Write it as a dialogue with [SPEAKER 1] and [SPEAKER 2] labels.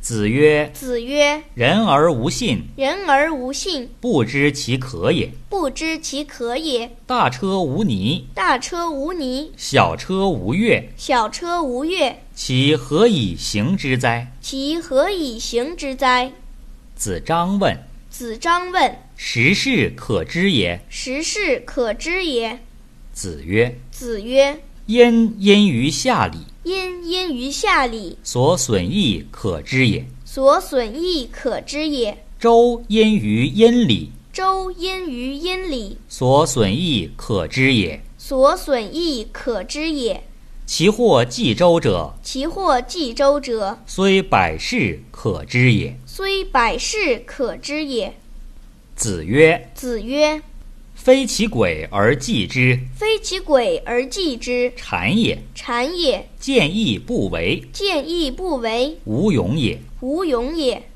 [SPEAKER 1] 子曰
[SPEAKER 2] 子曰：“
[SPEAKER 1] 人而无信，：“
[SPEAKER 2] 人而无信，
[SPEAKER 1] 不知其可也；
[SPEAKER 2] 不知其可也。
[SPEAKER 1] 大车无泥，
[SPEAKER 2] 大车无泥，
[SPEAKER 1] 小车无月，
[SPEAKER 2] 小车无月，
[SPEAKER 1] 其何以行之哉
[SPEAKER 2] 其何以行之哉？”
[SPEAKER 1] 子张问：“？”
[SPEAKER 2] 子张问
[SPEAKER 1] 时事可知也？：“
[SPEAKER 2] 时事可知也
[SPEAKER 1] 子曰？”
[SPEAKER 2] 子曰：“
[SPEAKER 1] 焉因于下礼，：“
[SPEAKER 2] 因因于下礼，
[SPEAKER 1] 所损益可知也；
[SPEAKER 2] 所损益可知也；
[SPEAKER 1] 周因于殷礼，
[SPEAKER 2] 周因于殷礼，
[SPEAKER 1] 所损益可知也。
[SPEAKER 2] 所损益可知也。
[SPEAKER 1] 其或济周者，
[SPEAKER 2] 其或济周者，
[SPEAKER 1] 虽百世可知也。”
[SPEAKER 2] 虽百世可知也。
[SPEAKER 1] 子曰”
[SPEAKER 2] 子曰：“
[SPEAKER 1] 非其轨而济之，：“
[SPEAKER 2] 非其轨而济之，
[SPEAKER 1] 谄也；
[SPEAKER 2] 谄也；
[SPEAKER 1] 见义不为，
[SPEAKER 2] 见义不为，
[SPEAKER 1] 无勇也。
[SPEAKER 2] 无勇也。